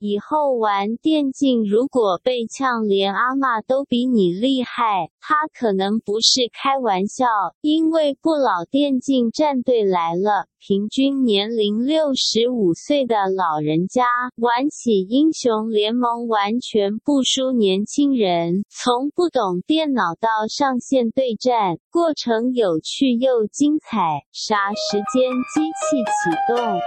以后玩电竞，如果被呛，连阿嬷都比你厉害。他可能不是开玩笑，因为不老电竞战队来了，平均年龄六十五岁的老人家玩起英雄联盟完全不输年轻人。从不懂电脑到上线对战，过程有趣又精彩。啥时间机器启动？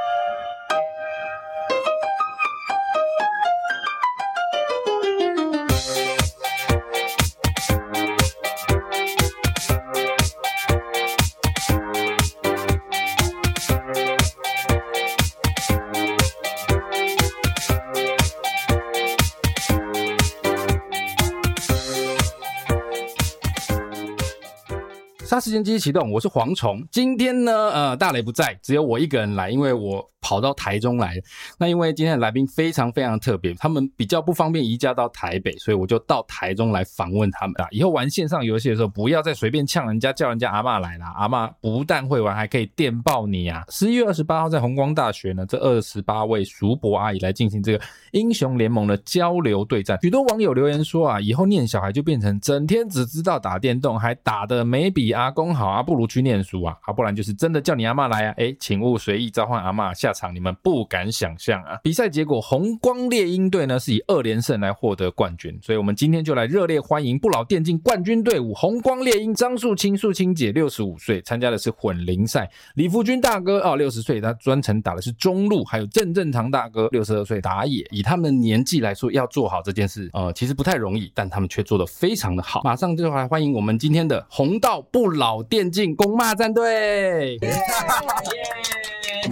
杀时间机启动，我是蝗虫。今天呢，呃，大雷不在，只有我一个人来，因为我跑到台中来。那因为今天的来宾非常非常特别，他们比较不方便移驾到台北，所以我就到台中来访问他们啊。以后玩线上游戏的时候，不要再随便呛人家，叫人家阿嬷来啦。阿嬷不但会玩，还可以电爆你啊！十一月二十八号在红光大学呢，这二十八位叔伯阿姨来进行这个英雄联盟的交流对战。许多网友留言说啊，以后念小孩就变成整天只知道打电动，还打的没比阿公好啊，不如去念书啊，啊，不然就是真的叫你阿嬷来啊！哎，请勿随意召唤阿嬷下场，你们不敢想象啊！比赛结果，红光猎鹰队呢是以二连胜来获得冠军，所以我们今天就来热烈欢迎不老电竞冠军队伍红光猎鹰张树清，树清姐六十五岁，参加的是混龄赛，李福军大哥啊，六十岁，他专程打的是中路，还有郑正堂大哥六十二岁打野。以他们的年纪来说，要做好这件事，呃，其实不太容易，但他们却做得非常的好。马上就来欢迎我们今天的红道不老电竞公骂战队。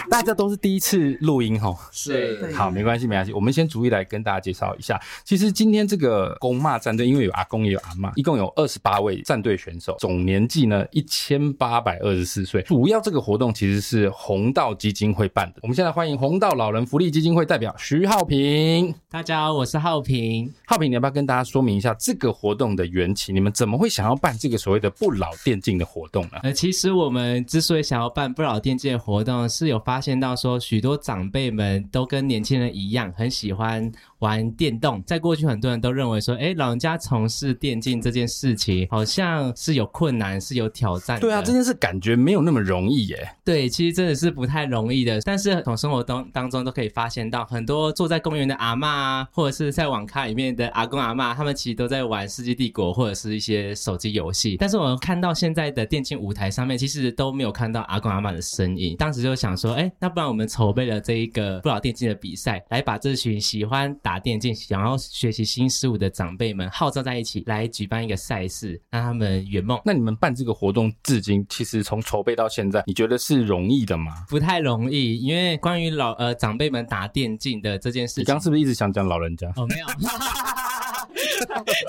大家都是第一次录音吼，是好，没关系，没关系。我们先逐一来跟大家介绍一下。其实今天这个公骂战队，因为有阿公也有阿妈，一共有二十八位战队选手，总年纪呢一千八百二十四岁。主要这个活动其实是红道基金会办的。我们现在欢迎红道老人福利基金会代表徐浩平。大家好，我是浩平。浩平，你要不要跟大家说明一下这个活动的缘起？你们怎么会想要办这个所谓的不老电竞的活动呢？呃，其实我们之所以想要办不老电竞的活动，是有发现到说许多长辈们都跟年轻人一样，很喜欢玩电动。在过去，很多人都认为说，哎，老人家从事电竞这件事情好像是有困难，是有挑战的。对啊，这件事感觉没有那么容易耶。对，其实真的是不太容易的。但是从生活当当中都可以发现到，很多坐在公园的阿嬷啊，或者是在网咖里面的阿公阿嬷，他们其实都在玩《世纪帝国》或者是一些手机游戏。但是我们看到现在的电竞舞台上面，其实都没有看到阿公阿嬷的身影。当时就想说，哎，那不然我们筹备了这一个不老电竞的比赛，来把这群喜欢打电竞、想要学习新事物的长辈们号召在一起，来举办一个赛事，让他们圆梦。那你们办这个活动至今，其实从筹备到现在，你觉得是容易的吗？不太容易，因为关于老呃长辈们打电竞的这件事你情，刚是不是一直想讲老人家？哦，没有。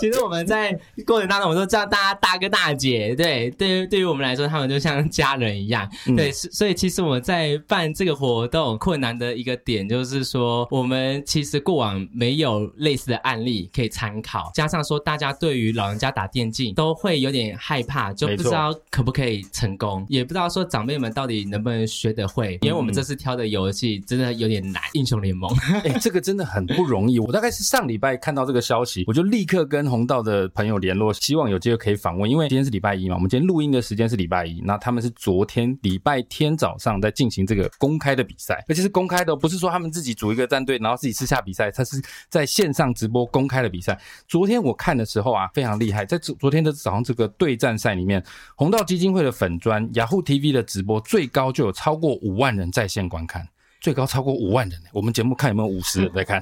其实我们在过程当中，我都叫大家大哥大姐，对，对于对于我们来说，他们就像家人一样，嗯对，是所以其实我们在办这个活动困难的一个点，就是说我们其实过往没有类似的案例可以参考，加上说大家对于老人家打电竞都会有点害怕，就没不错知道可不可以成功，也不知道说长辈们到底能不能学得会，因为嗯我们这次挑的游戏真的有点难，英雄联盟。 哎、这个真的很不容易。我大概是上礼拜看到这个消息，我就立刻跟红道的朋友联络，希望有机会可以访问。因为今天是礼拜一嘛，我们今天录音的时间是礼拜一，那他们是昨天礼拜天早上在进行这个公开的比赛，而且是公开的哦，不是说他们自己组一个战队，然后自己私下比赛，他是在线上直播公开的比赛。昨天我看的时候啊，非常厉害，在昨昨天的早上这个对战赛里面，红道基金会的粉砖、雅虎 TV 的直播最高就有超过五万人在线观看。最高超过五万人欸，我们节目看有没有五 十人在看，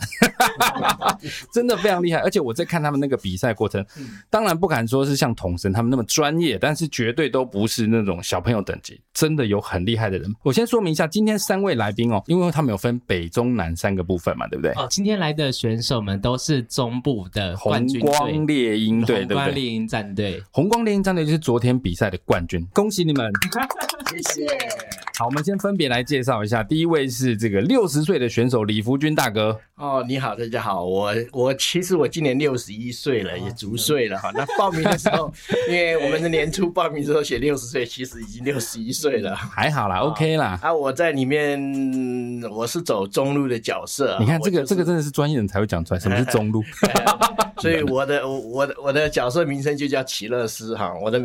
真的非常厉害。而且我在看他们那个比赛过程，嗯当然不敢说是像童神他们那么专业，但是绝对都不是那种小朋友等级，真的有很厉害的人。我先说明一下，今天三位来宾哦，因为他们有分北中南三个部分嘛，对不对？哦，今天来的选手们都是中部的红冠军队，光猎鹰队，对红不光对？猎鹰战队。红光猎鹰战队就是昨天比赛的冠军，恭喜你们！谢谢。好，我们先分别来介绍一下。第一位是这个六十岁的选手李福军大哥，哦，你好，大家好，我我其实我今年六十一岁哦了，也足岁了哈。那报名的 时候，因为我们的年初报名的时候写六十岁，其实已经六十一岁了。还好啦、o k 啦。啊，我在里面嗯我是走中路的角色啊，你看我这个、就是这个真的是专业人才会讲出来，什么是中路？所以我的我我的我的角色名称就叫奇乐斯哈，我的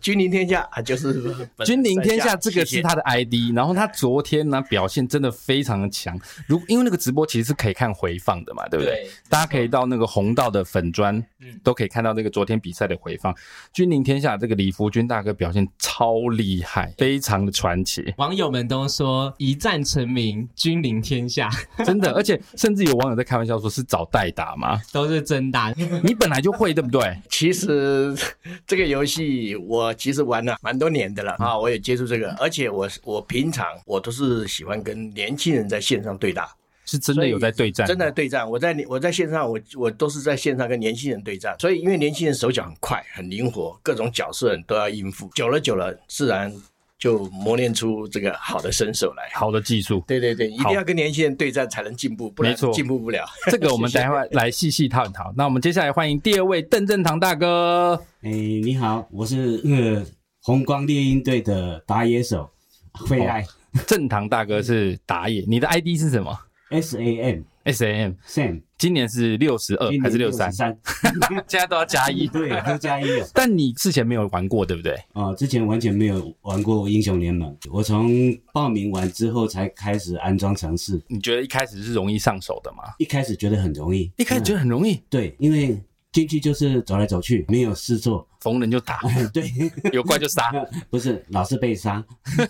君临天下啊，就是 本君临天下下这个是谢谢他的 ID，然后他昨天呢表现真的非常的强。如因为那个直播其实是可以看回放的 嘛，对不对？对嗯大家可以到那个红道的粉砖，都可以看到那个昨天比赛的回放。君临天下这个李福军大哥表现超厉害，非常的传奇，网友们都说一战成名，君临天下，真的。而且甚至有网友在开玩笑说是找代打嘛，都是真打。你本来就会对不对？其实 这个游戏我其实玩了蛮多年的了嗯啊，我也接触这个，而且我是我平常我都是喜欢跟年轻人在线上对打，是真的有在对战，真的对战。我在我在线上，我我都是在线上跟年轻人对战，所以因为年轻人手脚很快，很灵活，各种角色都要应付，久了久了，自然就磨练出这个好的身手来。好的技术。对对对，一好定要跟年轻人对战才能进步，不没然错进步不了。这个我们等一会儿来细细探讨。那我们接下来欢迎第二位邓正堂大哥。哎、你好，我是呃红光猎鹰队的打野手哦惠爱正堂大哥是打野，你的 ID 是什么 S A M ？S A M， Sam，今年是六十二今还年是六三三？？现在都要 加一。对，都加一了。但你之前没有玩过，对不对？哦，之前完全没有玩过英雄联盟，我从报名完之后才开始安装城市。你觉得一开始是容易上手的吗？一开始觉得很容易，嗯一开始觉得很容易，对，因为进去就是走来走去，没有事做。逢人就打， 对， 有怪就杀。不是老是被杀，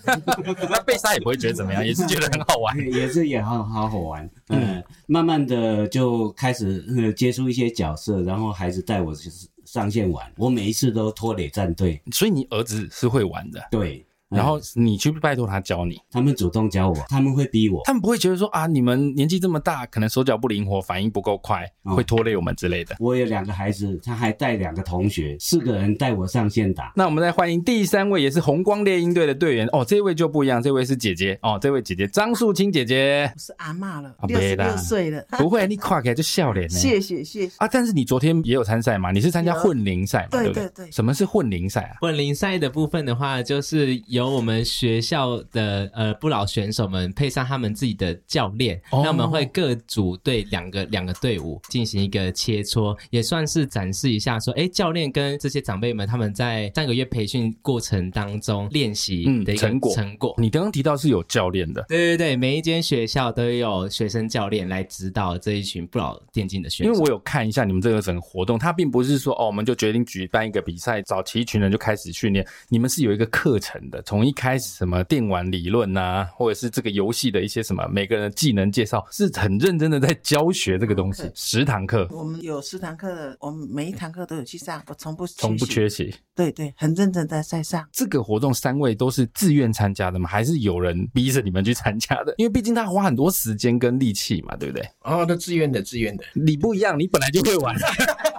那被杀也不会觉得怎么样，也是觉得很好玩。 也是也好好好玩。嗯，慢慢的就开始、呃、接触一些角色，然后孩子带我去上线玩，我每一次都拖累战队。所以你儿子是会玩的，对，嗯然后你去拜托他教你，他们主动教我，他们会逼我。他们不会觉得说啊，你们年纪这么大，可能手脚不灵活，反应不够快，嗯会拖累我们之类的。我有两个孩子，他还带两个同学，四个人带我上线打。那我们再欢迎第三位，也是红光猎鹰队的队员哦，这位就不一样，这位是姐姐哦，这位姐姐张素清姐姐我，是阿嬷了啊，六没十啦六岁了， 不会，你跨起来就笑脸呢。啊 谢谢谢谢。啊，但是你昨天也有参赛嘛？你是参加有混龄赛嘛？对不对对什么是混龄赛啊？混龄赛的部分的话，就是由我们学校的呃不老选手们配上他们自己的教练，哦那我们会各组队两个两个队伍进行一个切磋，也算是展示一下说，哎，教练跟这些长辈们他们在三个月培训过程当中练习嗯的一个成果成果。你刚刚提到是有教练的，对对对，每一间学校都有学生教练来指导这一群不老电竞的选因手。为我有看一下你们这个整个活动，它并不是说哦，我们就决定举办一个比赛，找齐一群人就开始训练。你们是有一个课程的，从一开始什么电玩理论呐、或者是这个游戏的一些什么每个人的技能介绍，是很认真的在教学这个东西嗯。十堂课我们有十堂课的，我们每一堂课都有去上，我从不从不息缺席。对对，很认真在在上。这个活动三位都是自愿参加的吗？还是有人逼着你们去参加的？因为毕竟他花很多时间跟力气嘛，对不对？哦，那自愿的，自愿的。你不一样，你本来就会玩，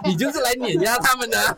你就是来碾压他们的啊、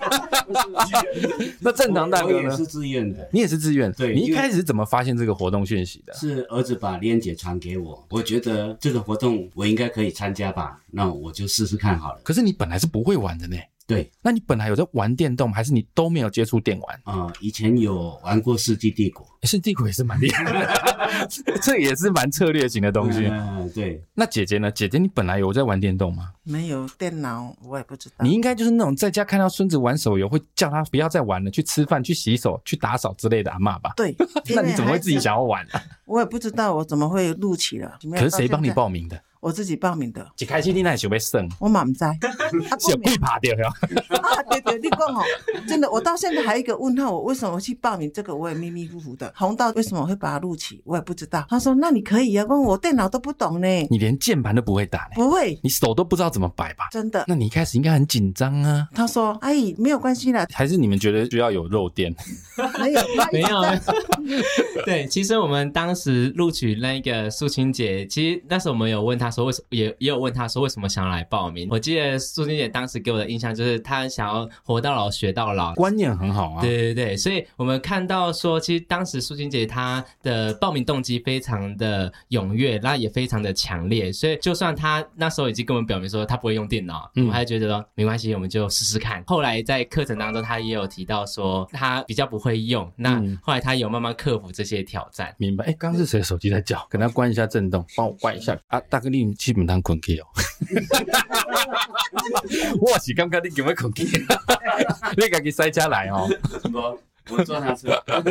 那正常大我哥也呢嗯是？自愿的，你也是自愿，对你一因为开始是怎么发现这个活动讯息的？是儿子把链接传给我，我觉得这个活动我应该可以参加吧，那我就试试看好了。可是你本来是不会玩的呢，对，那你本来有在玩电动吗？还是你都没有接触电玩？啊、以前有玩过《世纪帝国》是帝国也是蛮厉害的， 这也是蛮策略型的东西。嗯、对，那姐姐呢？姐姐，你本来有在玩电动吗？没有电脑，我也不知道你。应该就是那种在家看到孙子玩手游，会叫他不要再玩了，去吃饭、去洗手、去打扫之类的阿嬷吧？，对 那你怎么会自己因为孩子？想要玩、啊？我也不知道我怎么会录取了。可是谁帮你到报名的？现在？我自己报名的，一开始你那想要算，我满 在。啊是有鬼爬掉 呀？啊，对对，你讲哦，真的，我到现在还有一个问号，我为什么去报名这个，我也迷迷糊糊的。红道为什么会把它录取，我也不知道。他说：“那你可以啊，问我电脑都不懂呢，你连键盘都不会打呢，不会，你手都不知道怎么摆吧？真的。那你一开始应该很紧张啊。”他哎 说：“阿姨，没有关系啦，还是你们觉得需要有肉垫？没有，他一直没有在 对，其实我们当时录取那个素清姐，其实那时候我们有问她说为什也也有问她说为什么想要来报名。我记得素清姐当时给我的印象就是她想要活到老学到老。 观念很好啊。对对对，所以我们看到说，其实当时素清姐她的报名动机非常的踊跃，那也非常的强烈，所以就算她那时候已经跟我们表明说她不会用电脑，嗯我们还觉得说没关系，我们就试试看。后来在课程当中，她也有提到说她比较不会用，那嗯后来她有慢慢克服这些挑战。明白，哎，刚刚是谁手机在叫？可能要关一下震动，帮我关一下啊！大哥，你基本上困去 哦。我是感觉你有没困去， 你家己塞车来哦。我我坐他车，呃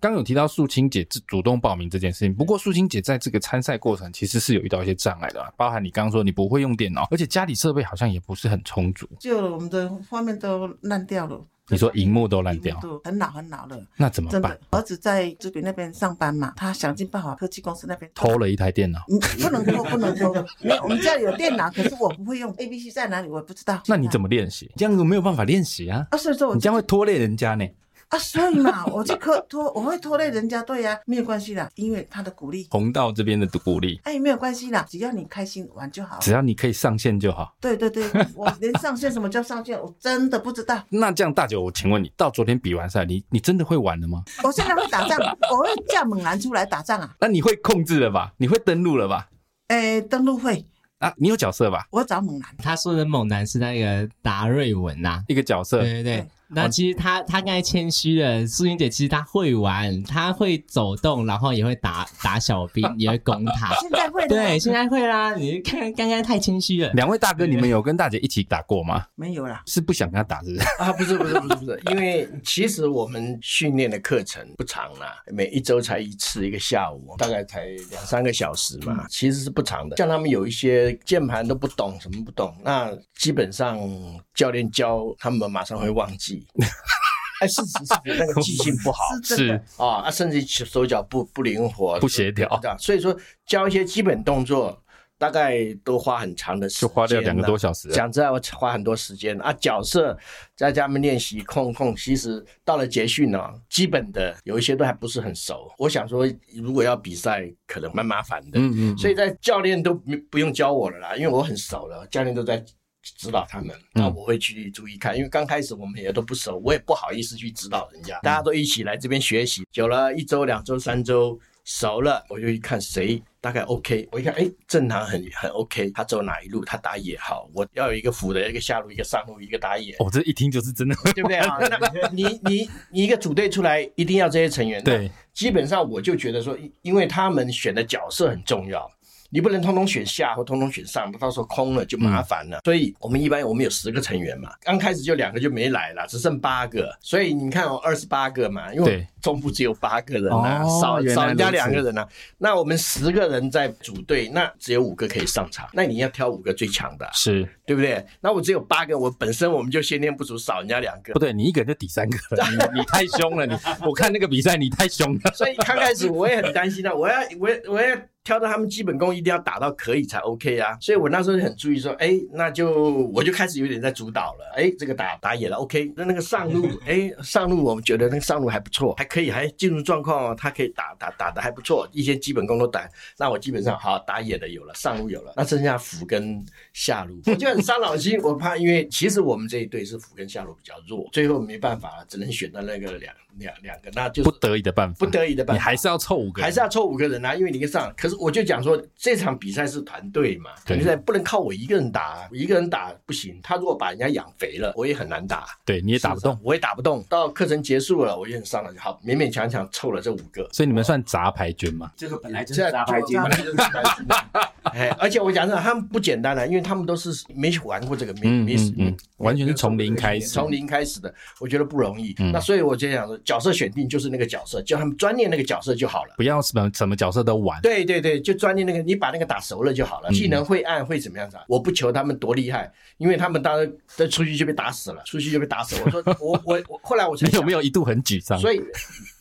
刚有提到素清姐自主动报名这件事情，不过素清姐在这个参赛过程其实是有遇到一些障碍的啊，包含你刚刚说你不会用电脑，而且家里设备好像也不是很充足，旧了，我们的画面都烂掉了。你说荧幕都烂掉，对，很老很老了，那怎么真办的？。儿子在这边那边上班嘛，他想尽办法科技公司那边偷了一台电脑，嗯，不能偷，不能偷。没有，我们家里有电脑，可是我不会用。A、B、C 在哪里？我也不知道。那你怎么？么练习？这样子没有办法练习啊，啊，所以说我你这样会拖累人家呢。啊，所以嘛，我去拖拖，我会拖累人家，对呀、没有关系啦，因为他的鼓励，红道这边的鼓励，哎，没有关系啦，只要你开心玩就好。只要你可以上线就好。对对对，我连上线什么叫上线，我真的不知道。那这样，大姐，我请问你，到昨天比完赛，你你真的会玩了吗？我现在会 打仗，我会叫猛男出来打仗啊！那你会控制了吧？你会登录了吧？哎，登陆会，啊，你有角色吧？我要找猛男。她说的猛男是那个达瑞文呐、一个角色，对对对对。那其实她她刚才谦虚了，素英姐其实她会玩，她会走动，然后也会打打小兵，也会攻啊塔。现在 会的对，现在会啦。你看刚刚太谦虚了。两位大哥，你们有跟大姐一起打过吗？没有啦，是不想跟她打，是不 是？啊，不是不是不是不是，因为其实我们训练的课程不长啦，每一周才一次，一个下午大概才两三个小时嗯嘛，其实是不长的。像他们有一些键盘都不懂，什么不懂，那基本上教练教他们马上会忘记。哎，事实是那个记性 不好，是真的。啊，啊甚至手脚不不灵活、不协调对啊所以说教一些基本动作，大概都花很长的时间就啊，花掉两个多小时啊讲真的，我花很多时间啊。角色在家们练习控控，其实到了结训呢、啊基本的有一些都还不是很熟。我想说，如果要比赛，可能蛮麻烦的。嗯嗯，所以在教练都不不用教我了啦，因为我很熟了，教练都在指导他们，那嗯我会去注意看，因为刚开始我们也都不熟，我也不好意思去指导人家，大家都一起来这边学习，久了一周、两周、三周。熟了，我就一看谁大概 OK，我一看，哎，正常很很 OK，他走哪一路，他打野好，我要有一个辅的，一个下路，一个上路，一个打野，我、哦、这一听就是 真的，对不对啊？ 那你你你一个组队出来，一定要这些成员，对，基本上我就觉得说，因因为他们选的角色很重要，你不能通通选下或通通选上，到时候空了就麻烦嗯了。所以我们一般我们有十个成员嘛，刚开始就两个就没来了，只剩八个，所以你看哦，二十八个嘛，因对为中部只有八个人啊，哦少原来少人家如此两个人啊。那我们十个人在组队，那只有五个可以上场，那你要挑五个最强的啊，是对不对？那我只有八个，我本身我们就先天不足，少人家两个不。对，你一个人就抵三个 了，你你太凶了，你我看那个比赛你太凶了，所以刚开始我也很担心啊，我要我要我要挑到他们基本功一定要打到可以才 OK 啊，所以我那时候很注意说，哎，那就我就开始有点在主导了，哎，这个打打野了 OK，那那个上路，哎，上路我们觉得那个上路还不错，还可以，还进入状况哦，他可以打打打的还不错，一些基本功都打，那我基本上好打野的有了，上路有了，那剩下辅跟下路，我就很伤脑筋，我怕因为其实我们这一队是辅跟下路比较弱，最后没办法了，只能选到那个两两两个，那就 是不得已的办法，不得已的办你法，还是要凑五个人，还是要凑五个人啊，因为你跟上。可是我就讲说，这场比赛是团队嘛，对比赛不能靠我一个人打啊，我一个人打不行。他如果把人家养肥了，我也很难打，对，你也打不动是，是我也打不动。到课程结束了，我也很伤了，好，勉勉强强凑了这五个。所以你们算杂牌军嘛？这个本来就这是杂牌就金本来就是杂牌金 哎，而且我讲真的，他们不简单了、啊因为他们都是没玩过这个，没嗯没嗯嗯，完全是从零开始，从零开始的，我觉得不容易。嗯那所以我就想说，角色选定就是那个角色，叫他们专念那个角色就好了。不要什么什么角色都玩，对对对，就专业那个，你把那个打熟了就好了。嗯技能会按会怎么样子啊？我不求他们多厉害，因为他们当然在出去就被打死了，出去就被打死了。我说我我我，后来我才你有想没有一度很沮丧？所以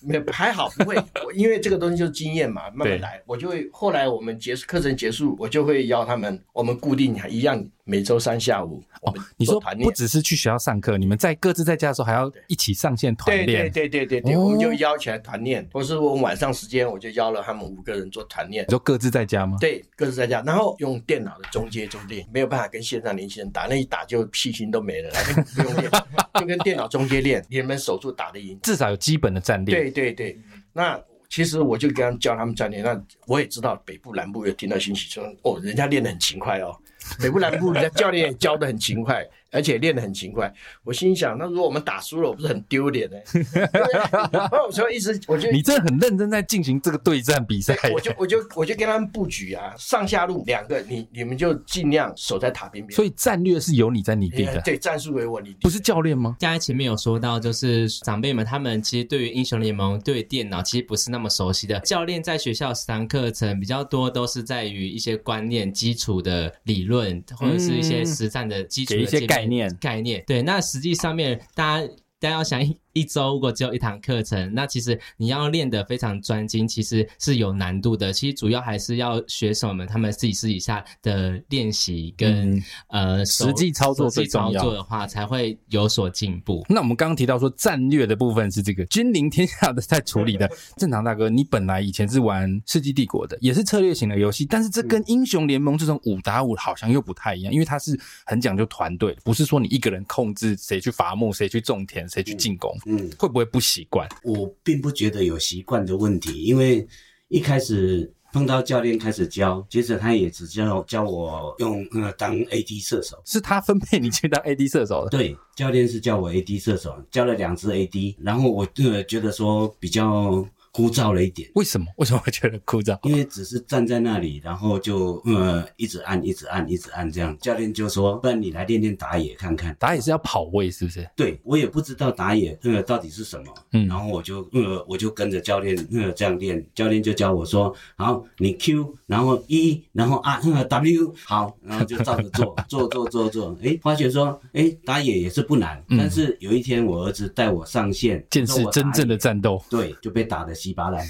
没有还好不会，我因为这个东西就是经验嘛，慢对慢来。我就会后来我们结束课程结束，我就会邀他们，我们固定一样每周三下午我哦们，你做说团不练。只是去学校上课，你们在各自在家的时候还要一起上线团对对练，对对对对，哦我们就邀起来团练，或是我们晚上时间我就邀了他们五个人做团练你，说各自在家吗？对，各自在家，然后用电脑的中接中练，没有办法跟线上年轻人打，那一打就屁心都没了，那就不用练， 就跟电脑中接练，你们守住打得赢。至少有基本的战略。对对对，那其实我就跟他们教他们锻炼，那我也知道北部南部有听到信息说，哦，人家练得很勤快哦，北部南部人家教练也教得很勤快，而且练得很勤快。我心想，那如果我们打输了，我不是很丢脸呢？ 啊然后我说一直我就 你真的很认真在进行这个对战比赛，我就我就我就跟他们布局啊，上下路两个，你你们就尽量守在塔边 边。所以战略是由你在拟定呃的，对战术为我，你不是教练吗？刚才前面有说到，就是长辈们他们其实对于英雄联盟、对电脑其实不是那么熟悉的。教练在学校堂课程比较多，都是在于一些观念、基础的理论，或者是一些实战的基础的给一些界面概念概念。对，那实际上面大家。大家要想一一周如果只有一堂课程，那其实你要练得非常专精，其实是有难度的。其实主要还是要学手们他们自己私底下的练习跟、嗯呃手实际操作最实际操重要作的话，才会有所进步。那我们刚刚提到说战略的部分是这个君临天下的在处理的。正常大哥，你本来以前是玩《世纪帝国》的，也是策略型的游戏，但是这嗯跟英雄联盟这种五打五好像又不太一样，因为它是很讲究团队，不是说你一个人控制谁去伐木、谁去种田、谁去进攻，嗯，会不会不习惯？我并不觉得有习惯的问题，因为一开始碰到教练开始教，接着他也只教教我用呃当 AD 射手。是他分配你去当 AD 射手的，对，教练是叫我 AD 射手，教了两支 AD，然后我呃觉得说比较枯燥了一点，为什么？为什么会觉得枯燥？因为只是站在那里，然后就呃一直按一直按一直按这样，教练就说，不然你来练练打野看看。打野是要跑位，是不是？对我也不知道打野呃到底是什么，嗯然后我就呃我就跟着教练呃这样练，教练就教我说，好你 Q，然后一、然后啊、呃 W，好，然后就照着 做做做做做，诶，发觉说诶打野也是不难，嗯但是有一天我儿子带我上线，见说识我打真正的野战斗，对，就被打得稀巴烂。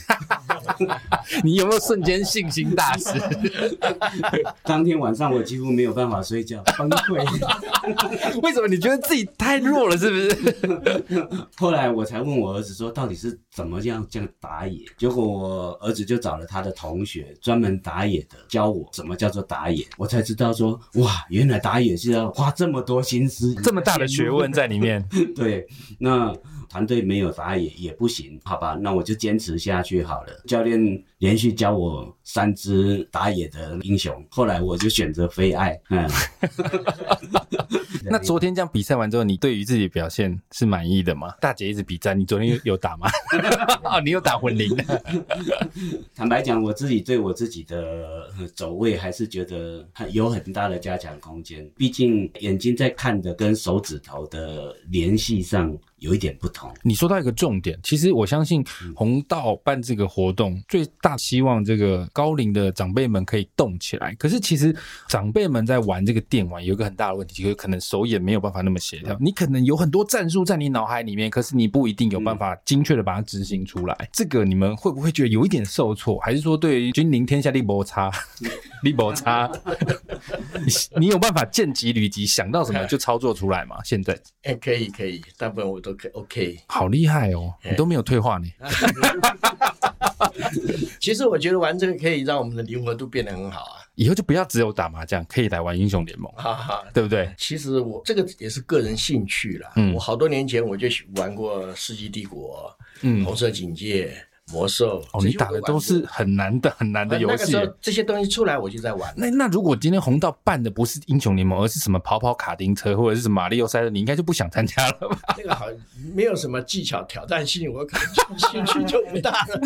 你有没有瞬间信心大 失？当天晚上我几乎没有办法睡觉，崩溃。为什么你觉得自己太弱了？是不是？后来我才问我儿子说，到底是怎么样这样打野？结果我儿子就找了他的同学，专门打野的，教我什么叫做打野。我才知道说，哇，原来打野是要花这么多心思， 这 么大的学问在里 面。对，那团队没有打野也不行，好吧，那我就坚持下去好了。教练连续教我三支打野的英雄，后来我就选择非爱。嗯，那昨天这样比赛完之后，你对于自己的表现是满意的吗？大姐一直比战，你昨天有有打吗？ 哦，你有打混 龄的，坦白讲，我自己对我自己的呃走位还是觉得很有很大的加强空间。毕竟眼睛在看的跟手指头的联系上有一点不同。你说到一个重点，其实我相信红道办这个活动，最大希望这个高龄的长辈们可以动起来。可是其实长辈们在玩这个电玩，有一个很大的问题，就是可能手眼没有办法那么协调。你可能有很多战术在你脑海里面，可是你不一定有办法精确的把它执行出来。这个你们会不会觉得有一点受挫？还是说对于君临天下力薄差， 力薄差？ 你有办法见机履机，想到什么就操作出来吗？现在哎、可以可以，大部分我都可 OK。好厉害哦，你都没有退化呢。其实我觉得玩这个可以让我们的灵活度变得很好啊，以后就不要只有打麻将，可以来玩英雄联盟，哈哈。对不对？其实我这个也是个人兴趣啦。嗯我好多年前我就喜玩过《世纪帝国》嗯，红色警戒》、魔兽。哦，这你些我打的玩都过呃是很难的、很难的游那个戏时。候这些东西出来我就在玩。那那如果今天红道办的不是英雄联盟，而是什么跑跑卡丁车或者是什么马里奥赛车，你应该就不想参加了吧？那个好像没有什么技巧挑战性，我可能就兴趣就不大了。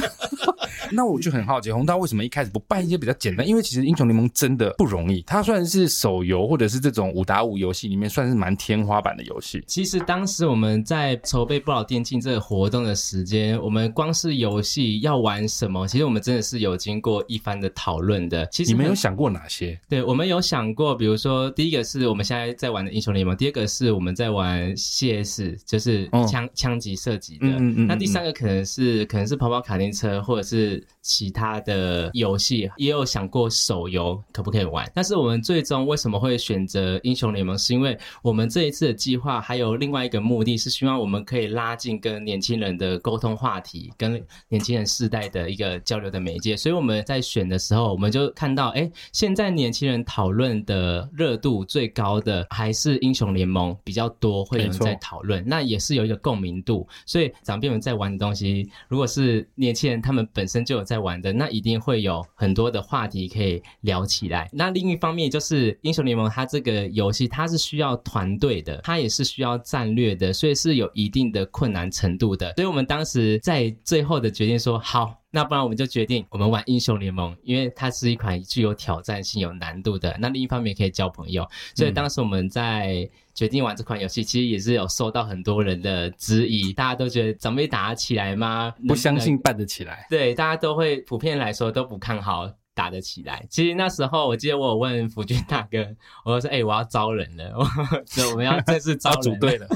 那我就很好奇，红道为什么一开始不办一些比较简单？因为其实英雄联盟真的不容易，它算是手游或者是这种五打五游戏里面算是蛮天花板的游戏。其实当时我们在筹备不老电竞这个活动的时间，我们光是游戏要玩什么，其实我们真的是有经过一番的讨论的。其实你们有很想过哪些？对，我们有想过，比如说，第一个是我们现在在玩的英雄联盟，第二个是我们在玩 CS，就是哦枪、枪击射击的。嗯嗯嗯那第嗯三个可能是可能是跑跑卡丁车，或者是其他的游戏，也有想过手游可不可以玩。但是我们最终为什么会选择英雄联盟，是因为我们这一次的计划还有另外一个目的是希望我们可以拉近跟年轻人的沟通话题，跟年轻人世代的一个交流的媒介。所以我们在选的时候，我们就看到，哎，现在年轻人讨论的热度最高的还是英雄联盟比较多，会有人没错在讨论，那也是有一个共鸣度。所以长辈们在玩的东西，如果是年轻人他们本身就有在玩的，那一定会有很多的话题可以聊起来。那另一方面就是英雄联盟它这个游戏，它是需要团队的，它也是需要战略的，所以是有一定的困难程度的。所以我们当时在最后的决定说，好。那不然我们就决定，我们玩英雄联盟，因为它是一款具有挑战性、有难度的。那另一方面也可以交朋友，所以当时我们在决定玩这款游戏，其实也是有受到很多人的质疑，大家都觉得长辈打得起来吗？能不能相信办得起来。对，大家都会普遍来说都不看好打得起来。其实那时候我记得我有问福军大哥，我就说：“哎、我要招人了， 我就我们要正式招 要组人队了，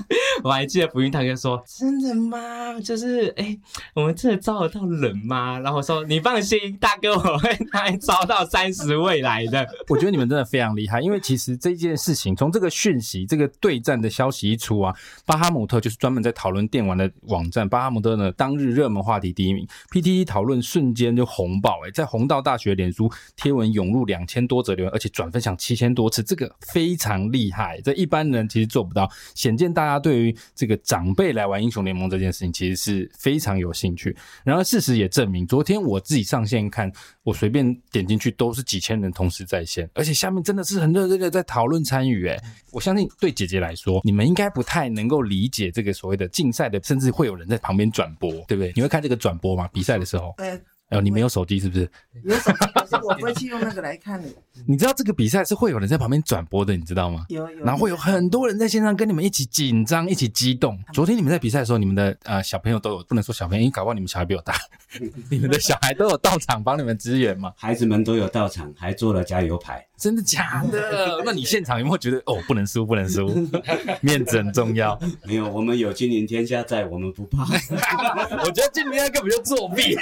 我还记得福运大哥说：“真的吗？就是哎、诶我们真的招得到人吗？”然后我说：“你放心，大哥，我会来招到三十位来的。我觉得你们真的非常厉害，因为其实这件事情从这个讯息、这个对战的消息一出啊，巴哈姆特就是专门在讨论电玩的网站，巴哈姆特呢当日热门话题第一名，PTT 讨论瞬间就红爆、欸，在弘道大学脸书贴文涌入两千多则留言，而且转分享七千多次，这个非常厉害，这一般人其实做不到，显见大家对于这个长辈来玩英雄联盟这件事情其实是非常有兴趣。然而事实也证明，昨天我自己上线看，我随便点进去都是几千人同时在线，而且下面真的是很热烈的在讨论参与。哎，我相信对姐姐来说，你们应该不太能够理解这个所谓的竞赛的，甚至会有人在旁边转播，对不对？你会看这个转播吗？比赛的时候，呃，呃，你没有手机是不是？有手机，可是我不会去用那个来看的。你知道这个比赛是会有人在旁边转播的，你知道吗？有有，然后会有很多人在线上跟你们一起紧张，嗯一起激动。昨天你们在比赛的时候，你们的呃小朋友都有，不能说小朋友，因为搞不好你们小孩比我 大，你们的小孩都有到场帮你们支援嘛？孩子们都有到场，还做了加油牌。真的假的？那你现场有没有觉得哦，不能输，不能 输，面子很重要？没有，我们有金陵天下在，我们不 怕。我觉得今天根本就作弊。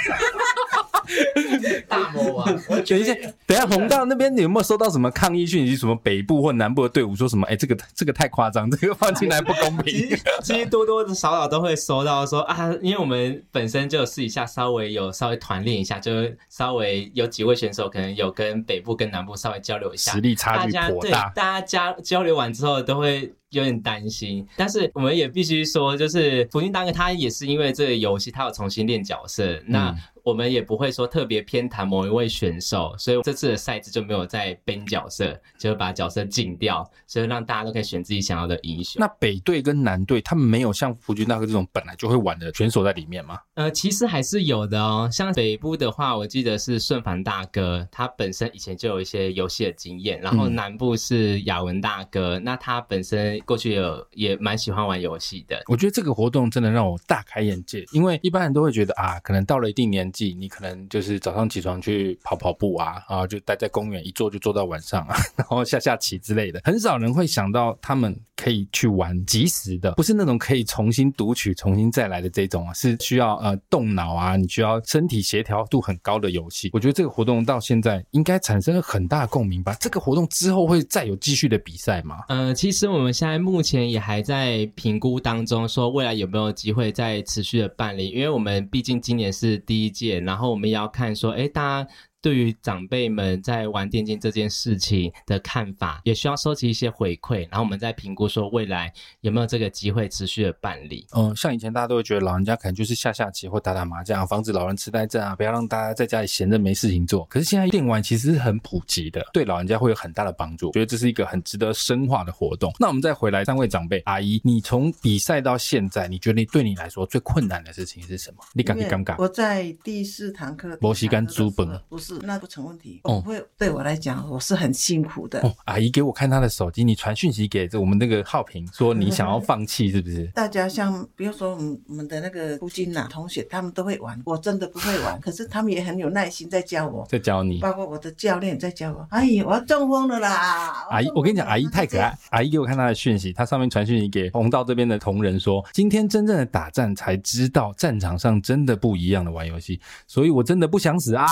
大魔王，等一下，等一下，红道那边你有没有收到什么抗议讯息？什么北部或南部的队伍说什么？哎、这个这个太夸张，这个放进来不公其平实。其实多多少少都会收到说啊，因为我们本身就有私底下稍微有稍微团练一下，就是稍微有几位选手可能有跟北部跟南部稍微交流一下实，力差大距家颇对大，大家交交流完之后都会有点担心，但是我们也必须说，就是福星大哥他也是因为这个游戏，他有重新练角色，那嗯我们也不会说特别偏袒某一位选手，所以这次的赛制就没有再编角色，就是把角色禁掉，所以让大家都可以选自己想要的英雄。那北队跟南队他们没有像福军大哥这种本来就会玩的选手在里面吗？呃，其实还是有的哦。像北部的话，我记得是顺凡大哥，他本身以前就有一些游戏的经验。然后嗯南部是雅文大哥，那他本身过去有也蛮喜欢玩游戏的。我觉得这个活动真的让我大开眼界，因为一般人都会觉得啊，可能到了一定年纪，你可能就是早上起床去跑跑步啊，啊，就待在公园一坐就坐到晚上啊， 然后下下棋之类的，很少人会想到他们可以去玩即时的，不是那种可以重新读取、重新再来的这种啊，是需要呃动脑啊，你需要身体协调度很高的游戏。我觉得这个活动到现在应该产生了很大的共鸣吧。这个活动之后会再有继续的比赛吗？呃，其实我们现在目前也还在评估当中，说未来有没有机会再持续的办理，因为我们毕竟今年是第一届，然后我们也要看说，哎，大家。对于长辈们在玩电竞这件事情的看法，也需要收集一些回馈，然后我们再评估说未来有没有这个机会持续的办理。嗯，像以前大家都会觉得老人家可能就是下下棋或打打麻将，防止老人痴呆症啊，不要让大家在家里闲着没事情做。可是现在电玩其实是很普及的，对老人家会有很大的帮助，觉得这是一个很值得深化的活动。那我们再回来，三位长辈阿姨，你从比赛到现在，你觉得你对你来说最困难的事情是什么？你因敢你为敢不敢？我在第四堂课，没时间第四堂课的时候煮饭不是，事，那不成问题。哦我不会对我来讲，我是很辛苦的。哦，阿姨给我看她的手机，你传讯息给这我们那个浩平说你想要放弃是不是？大家像比如说我们我们的那个夫君呐、啊同学，他们都会玩，我真的不会玩，可是他们也很有耐心在教我，在教你。包括我的教练在教我。阿姨，我要中风了啦！阿姨要中风，哦了我跟你讲，阿姨太可爱。。阿姨给我看她的讯息，她上面传讯息给红道这边的同仁说，今天真正的打战才知道战场上真的不一样的玩游戏，所以我真的不想死啊！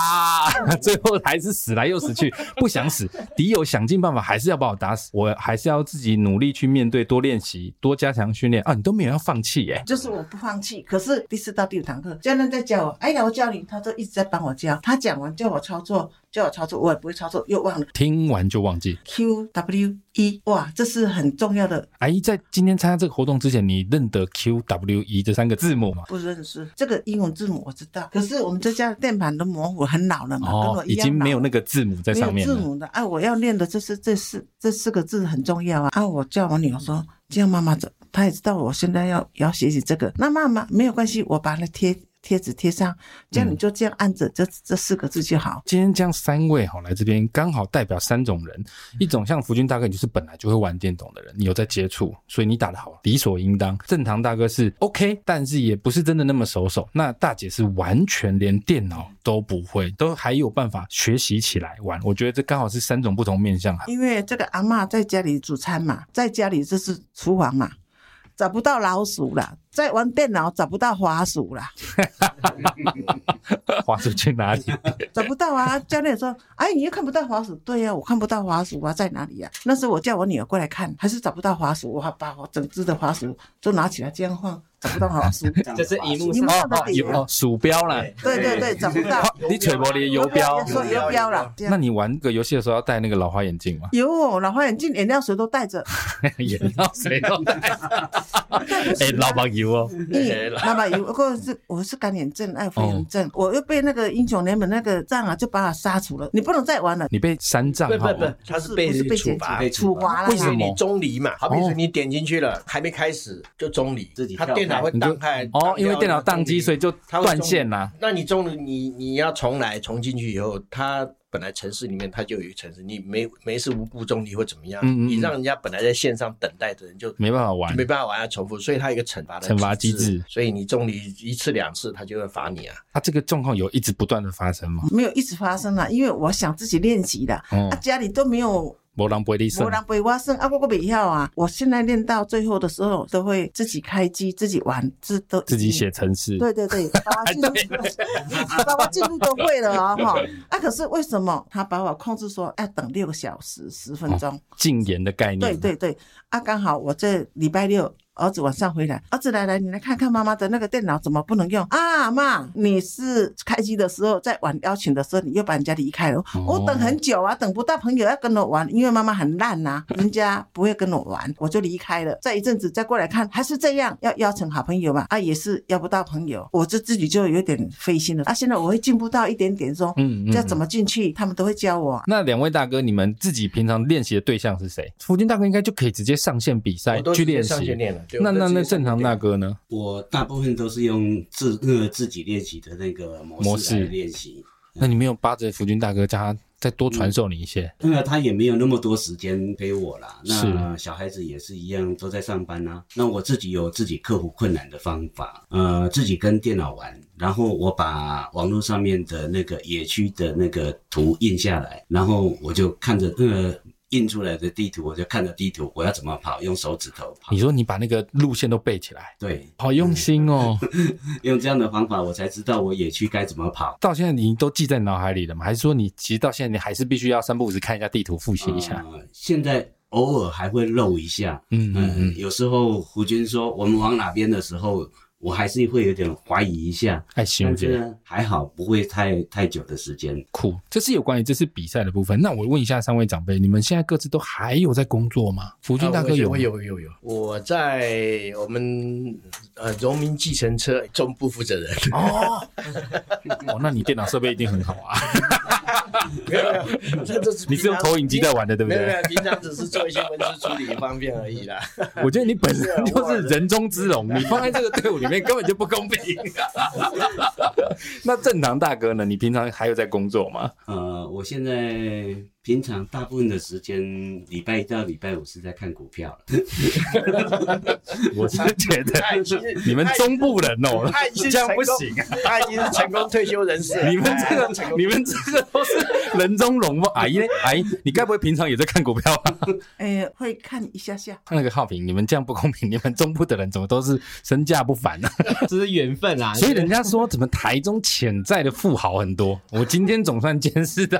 最后还是死来又死去， 不想死。敌友想尽办法还是要把我打死，我还是要自己努力去面对，多练习，多加强训练啊！你都没有要放弃耶、就是我不放弃，可是第四到第五堂课，教练在教我，哎呀，我教你，他都一直在帮我教，他讲完叫我操作，叫我操作，我也不会操作，又忘了听完就忘记。 Q W E，哇，这是很重要的，阿姨在今天参加这个活动之前，你认得 Q W E 这三个字母吗？不认识这个英文字母我知道，可是我们这家的键盘都模糊，很老了嘛，跟哦我，一已样经没有老那个字母在上面没有字了。母的啊！我要练的这是这四这四个字很重要啊！啊，我叫我女儿说，这样妈妈走，她也知道我现在要要学习这个。那妈妈没有关系，我把那贴贴纸贴上，这样你就这样按着这这四个字就好。今天这样三位好来这边，刚好代表三种人：一种像福君大哥，你就是本来就会玩电动的人，你有在接触，所以你打得好，理所应当。正常大哥是 OK，但是也不是真的那么熟手。那大姐是完全连电脑都不会，都还有办法学习起来玩。我觉得这刚好是三种不同面向。啊因为这个阿嬷在家里煮餐嘛，在家里就是厨房嘛，找不到老鼠啦，在玩电脑找不到滑鼠啦，花出去哪里？找不到啊！ 教练说：“哎，你又看不到滑鼠。”对呀、我看不到滑鼠啊，在哪里呀、那时候我叫我女儿过来看，还是找不到滑鼠，我还把我整只的滑鼠都拿起来这样晃，找不到滑鼠。就是荧幕你上们看到底有啊哦，鼠标啦， 对对对，找不到。你嘴巴里游标。 说游标了，这那样。你玩个游戏的时候要戴那个老花眼镜吗？ 有哦，老花眼镜、眼药水都 带着，眼药水都戴。哎、老朋友哦，嗯，老板有个是我是干眼症、爱肥眼症，我又被那个英雄联盟那个战啊就把我杀除了，你不能再玩了，你被删账不号哦不吗不？，他是被不是被处检罚被。处罚了。为什因为么你中离嘛，好比哦说你点进去了，还没开始就中离自己，他跳电脑开会你就宕开。哦，因为电脑宕机，所以以就断线啦。那你中离，你你要重来，重进去以后，它本来城市里面它就有一个城市，你没没事无故中离或怎么样，嗯嗯嗯你让人家本来在线上等待的人就没办法玩就没办法玩啊，重复，所以它有一个惩罚的惩罚机制所以你中离一次两次，他就会罚你啊。它这个状况有一直不断的发生吗？没有一直发生啦，因为我想自己练习的，哦啊，家里都没有，波浪波利胜没，人陪我算，啊，我个不要啊。我现在练到最后的时候，都会自己开机，自己玩，自都自己写。程式。对对 对，把我进入，把我进入都会了啊、哈。啊，可是为什么他把我控制说要等六个小时十分钟？禁言的概念。对对对，啊，刚好我这礼拜六儿子晚上回来，儿子来来，你来看看妈妈的那个电脑怎么不能用啊？妈，你是开机的时候在玩邀请的时候，你又把人家离开了，哦我等很久啊，等不到朋友要跟我玩，因为妈妈很 烂呐、人家不会跟我玩，我就离开了。再一阵子再过来看，还是这样，要邀请好朋友嘛，啊，也是要不到朋友，我就自己就有点费心了。啊，现在我会进步到一点点说，嗯嗯要怎么进去，他们都会教我。那两位大哥，你们自己平常练习的对象是谁？福建大哥应该就可以直接上线比赛我都去直接练上习线。练了，对那我都那直那接上正线常练大哥呢？我大部分都是用自呃自己练习的那个模模式式来练习，那你没有扒着福军大哥，叫他再多传授你一些？那他也没有那么多时间陪我啦。那是小孩子也是一样，都在上班啊。那我自己有自己克服困难的方法，呃，自己跟电脑玩，然后我把网络上面的那个野区的那个图印下来，然后我就看着呃印出来的地图，我就看着地图我要怎么跑，用手指头跑你。说你把那个路线都背起来，对，好用心哦。用这样的方法，我才知道我野区该怎么跑。到现在你都记在脑海里了吗？还是说你其实到现在你还是必须要三不五时看一下地图复习一下？呃现在偶尔还会漏一下，嗯嗯嗯，嗯，有时候胡军说我们往哪边的时候，我还是会有点怀疑一下，爱心但哎姐是。呢还好不会太太久的时间。酷，这是有关于这次比赛的部分。那我问一下三位长辈，你们现在各自都还有在工作吗？福军啊大哥我有吗、我有有有，我在我们呃荣民计程车哎 总部负责人， 哦，哦，那你电脑设备一定很好啊。没有没有，这这是你是用投影机在玩的，对不没有没对？有，平常只是做一些文字处理方面而已 啦。我觉得你本身就是人中之龙，你放在这个队伍里面根本就不公 平。那正常大哥呢？你平常还有在工作吗？呃，我现在平常大部分的时间，礼拜一到礼拜五是在看股票了。我是觉得他已经是你们中部人哦， 他已经是这样不成功行啊。 他已经是成功退休人士了。 你们这哎 成个，功你们这个都是人中龙凤。阿姨呢？阿姨，你该不会平常也在看股票 吧？哎、会看一下下。那个浩平，你们这样不公平！你们中部的人怎么都是身价不凡呢、这是缘分啊啦。所以人家说，怎么台中潜在的富豪很多？我今天总算见识 到。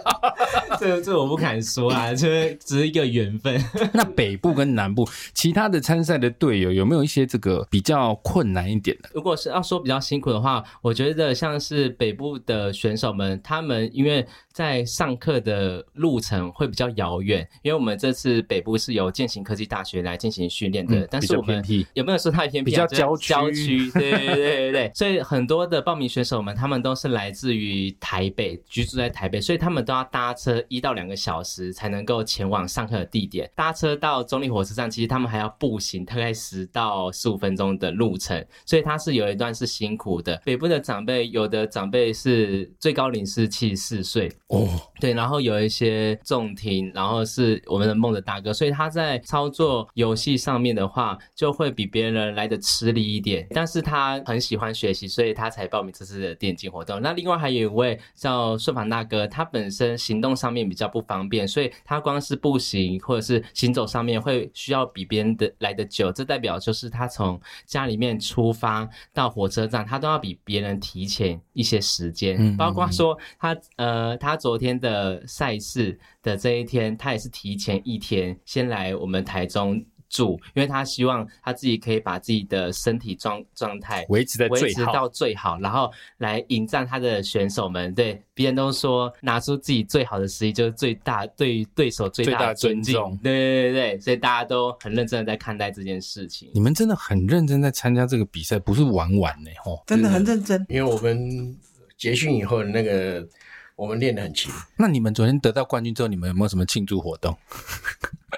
这这我不敢说啊，这只是一个缘分。那北部跟南部其他的参赛的队友有没有一些这个比较困难一点的？如果是要说比较辛苦的话，我觉得像是北部的选手们，他们因为在上课的路程会比较遥远，因为我们这次北部是由践行科技大学来进行训练的，嗯但比是较我们偏僻有没有说它的偏僻啊？比较就是郊郊区区，对对对对对， 所以很多的报名选手们，他们都是来自于台北，居住在台北，所以他们都要搭车一到两个小时才能够前往上课的地点。搭车到中立火车站，其实他们还要步行大概十到十五分钟的路程，所以它是有一段是辛苦的。北部的长辈，有的长辈是最高龄是七十四岁，哦，对，然后有一些重听，然后是我们的梦的大哥，所以他在操作游戏上面的话，就会比别人来的吃力一点。但是他很喜欢学习，所以他才报名这次的电竞活动。那另外还有一位叫顺凡大哥，他本身行动上面比较不方便，所以他光是步行或者是行走上面会需要比别人的来的久。这代表就是他从家里面出发到火车站，他都要比别人提前一些时间，嗯包括嗯嗯说。说他呃，他昨天的赛事的这一天，他也是提前一天先来我们台中住，因为他希望他自己可以把自己的身体状状态维持在维最持好。到最好，然后来迎战他的选手们。对，别人都说拿出自己最好的实力就是最大对对手最最大大的尊尊敬。重对对对对，所以大家都很认真的在看待这件事情。你们真的很认真在参加这个比赛，不是玩玩呢、哦，真的很认真，因为我们结训以后，那个我们练得很 勤。那你们昨天得到冠军之后，你们有没有什么庆祝活动？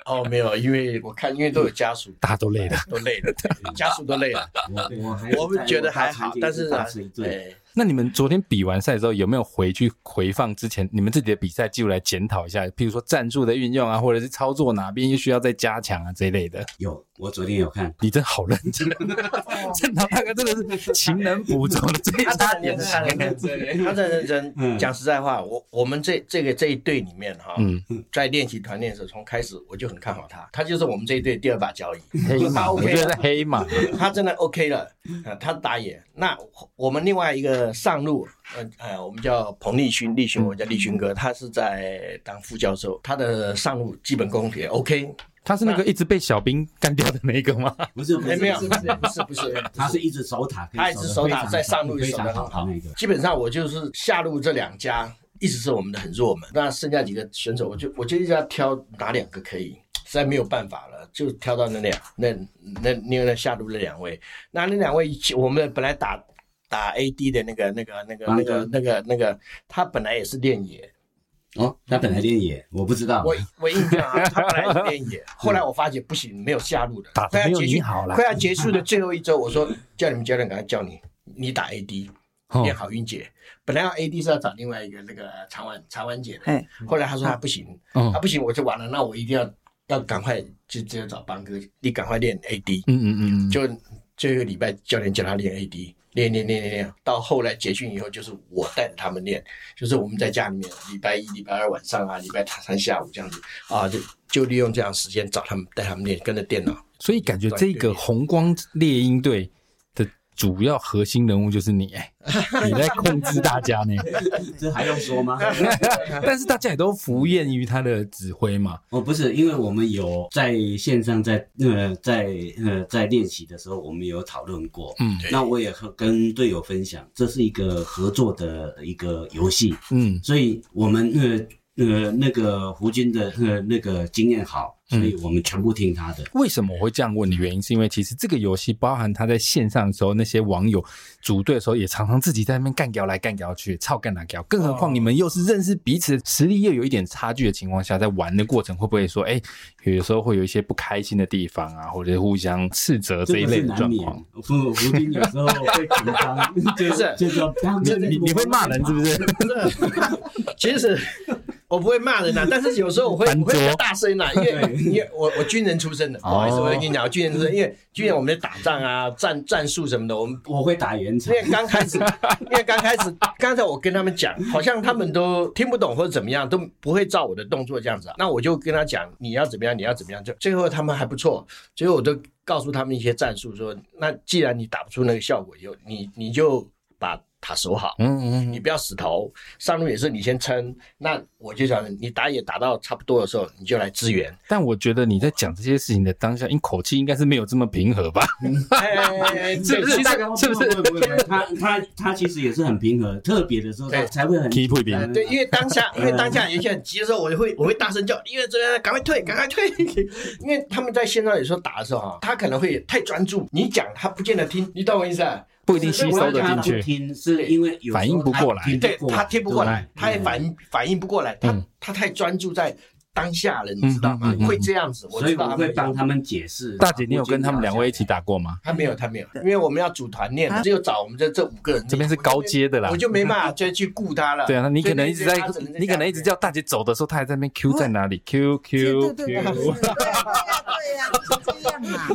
哦，没有，因为我看，因为都有家属，大家都累 了。都累了，家属都累了。我我还我们觉得还好，但是呢大吃一，顿。哎，那你们昨天比完赛之后，有没有回去回放之前你们自己的比赛记录来检讨一下？譬如说战术的运用啊，或者是操作哪边需要再加强啊这一类的。有，我昨天有看，你真好认 真，啊正常大哥真的是情人捕捉的最他佳太典认型。真，他在认真。嗯讲实在话，我我们这这个这一队里面哈，嗯， 在练习团练的时候，从开始我就很看好他，他就是我们这一队第二把交椅，黑他马，嗯我 OK 觉得了是，黑马。他真的 OK 了，呃，他打野。那我们另外一个上路，呃呃，我们叫彭立勋，立勋，我叫立勋哥，他是在当副教授，他的上路基本功也 OK。他是那个一直被小兵干掉的那一个吗？不是不哎，是没有，不是不是不是不是，他是一直守塔，可以他一直得守塔非常在上路非守得常很好好的那个。基本上我就是下路这两家一直是我们的很弱门，那剩下几个选手，我就我就一直要挑哪两个可以，实在没有办法了，就挑到那两那那那那下路那两位，那那两位我们本来打打 AD 的那个那个那个那个那个那个，他本来也是练野，哦，他本来练野，我不知道。 我 我印象啊，他本来是 练野，后来我发觉不行，没有下路的，打得快要没有结束你好啦快要结束的最后一周，我说叫你们教练赶快叫你，你打 AD。哦练好运姐。本来要 AD 是要找另外一个那个长婉长婉姐的哎，后来她说她不行，啊嗯她不行我就完了，那我一定要要赶快就直接找邦哥，你赶快练 AD。 嗯嗯嗯，就这个礼拜教练叫他练 AD，练练练练练，到后来结训以后，就是我带着他们练，就是我们在家里面礼拜一、礼拜二晚上啊，礼拜三下午这样子啊，就就利用这样时间找他们带他们练，跟着电脑。 所以感觉这个红光猎鹰队的主要核心人物就是你， 哎，你在控制大家呢。这还用 说吗？ 但是大家也都服厌于他的指挥嘛。哦，不是，因为我们有在线上在呃在呃在练习的时候，我们有讨论过。嗯那我也和跟队友分享，这是一个合作的一个游戏，嗯所以我们呃呃那个胡军的呃那个经验好，所嗯以我们全部听他的。为什么我会这样问的原因，是因为其实这个游戏包含他在线上的时候，那些网友组队的时候，也常常自己在那边干掉来干掉去，操干来干。更何况你们又是认识彼此，实力又有一点差距的情况下，在玩的过程会不会说，哎、有时候会有一些不开心的地方啊，或者互相斥责这一个类是的难状免况？，胡胡斌有时候会紧张， 就是就是当这你你会骂人是不是？其实我不会骂 人呐、啊但是有时候我会翻我桌会比较大声呐、啊因为因为我我军人出身的，不好意思，我跟你讲，我军人出身，因为军人我们在打仗啊、战战术什么的，我们我会打圆场因为。刚开 始，因为刚开始，刚才我跟他们讲，好像他们都听不懂或者怎么样，都不会照我的动作这样子、啊。那我就跟他讲，你要怎么样，你要怎么样。就最后他们还不错，最后我都告诉他们一些战术说那既然你打不出那个效果，就你你就把塔守好。嗯嗯你嗯，不要死投，上路也是你先撑。那我就想，你打野打到差不多的时候，你就来支 援。但我觉得你在讲这些事情的当下，你口气应该是没有这么平和 吧？哎是不是对其大实概会是不是不会不会，他他他其实也是很平和，特别的时候他对才会很踢不赢嗯对，因为当下，因为当下有些人急的时候，我就会我会大声叫，因为这样赶快退，赶快退， 因为他们在线上有时候打的时候啊，他可能会太专注，你讲他不见得听，你懂我意思啊？不一定吸收得进他不去。听是因为有时候反应不过来他听对他听不过来，他也嗯反应反应不过来，他嗯他太专注在当下了，你知道吗嗯嗯嗯？嗯会这样子，我所以知我道他会们帮他们解释。啊大姐，你有跟他们两位一起打过吗？他没有，他没有，对因为我们要组团练，只有找我们这这五个人。这边是高阶的啦我就没办法再去顾他了。对啊，你可能一直在所以那天他只，你可能一直叫大姐走的时候，她还在那边 Q 在哪里？Q 对 Q 对对对 Q。对呀，就是这样嘛。